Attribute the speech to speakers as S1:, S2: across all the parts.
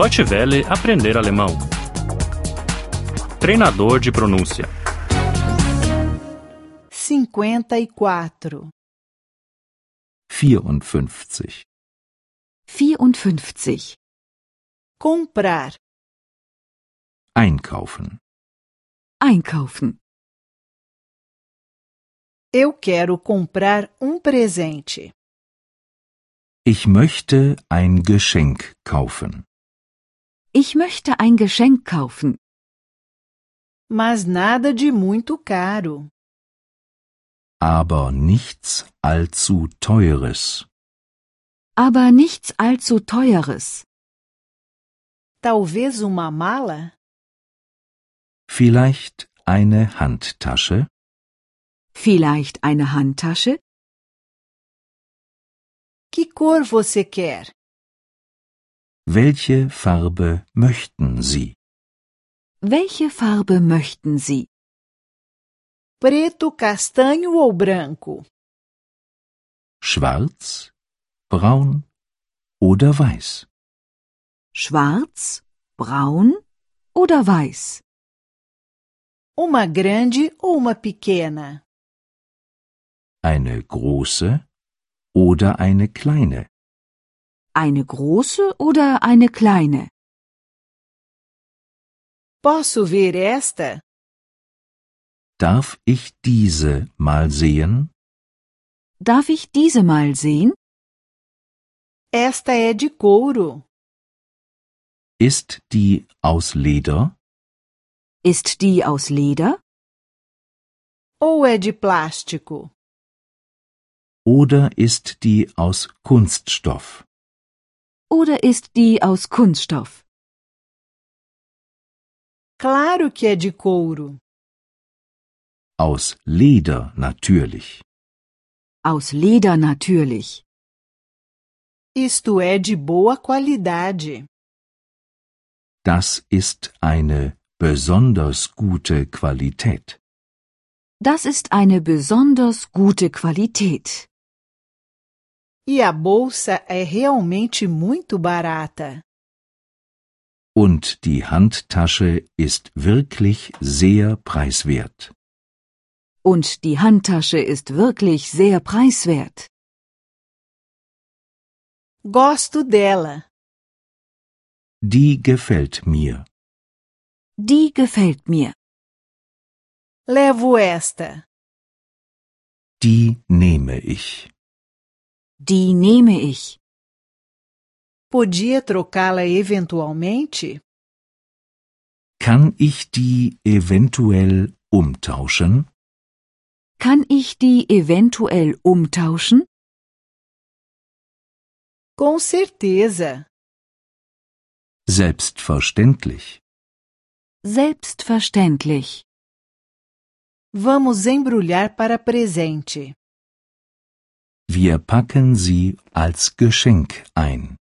S1: Deutsche Welle aprender alemão. Treinador de pronúncia.
S2: 54.
S3: 54.
S4: 54.
S2: Comprar.
S3: Einkaufen.
S4: Einkaufen.
S2: Eu quero comprar um presente.
S3: Ich möchte ein Geschenk kaufen.
S4: Ich möchte ein Geschenk kaufen,
S2: Mas nada de muito caro.
S3: Aber nichts allzu teures.
S4: aber nichts allzu teures.
S2: Talvez uma mala?
S3: Vielleicht eine Handtasche?
S4: Vielleicht eine Handtasche?
S2: Que cor você quer?
S3: Welche Farbe möchten Sie?
S4: Welche Farbe möchten Sie?
S2: Preto, castanho ou branco?
S3: Schwarz, braun oder weiß?
S4: Schwarz, braun oder weiß?
S2: Uma grande ou uma pequena?
S3: Eine große oder eine kleine?
S4: Eine große oder eine kleine?
S2: Posso ver esta?
S3: Darf ich diese mal sehen?
S4: Darf ich diese mal sehen?
S2: Esta é de couro.
S3: Ist die aus Leder?
S4: Ist die aus Leder
S2: Ou é de plástico?
S3: Oder ist die aus Kunststoff?
S4: oder ist die aus Kunststoff?
S2: Claro que é de couro.
S3: Aus Leder natürlich.
S4: Aus Leder natürlich.
S2: Isto é de boa qualidade.
S3: Das ist eine besonders gute Qualität.
S4: Das ist eine besonders gute Qualität.
S2: E a bolsa é realmente muito barata.
S3: Und die Handtasche ist wirklich sehr preiswert.
S4: Und die Handtasche ist wirklich sehr preiswert.
S2: Gosto dela.
S3: Die gefällt mir.
S4: Die gefällt mir.
S2: Levo esta.
S3: Die nehme ich.
S4: Die nehme ich.
S2: Podia trocá-la eventualmente?
S3: Kann ich die eventuell umtauschen?
S4: Kann ich die eventuell umtauschen?
S2: Com certeza.
S3: Selbstverständlich.
S4: Selbstverständlich.
S2: Vamos embrulhar para presente.
S3: Wir packen sie als Geschenk ein.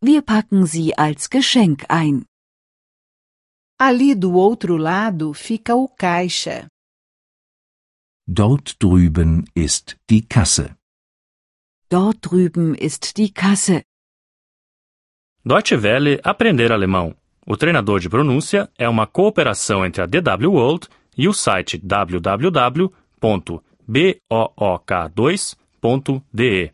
S4: Wir packen sie als Geschenk ein.
S2: Ali do outro lado fica o caixa.
S3: Dort drüben ist die Kasse.
S4: Dort drüben ist die Kasse.
S1: Deutsche Welle aprender alemão. O treinador de pronúncia é uma cooperação entre a DW World e o site www.book2.de.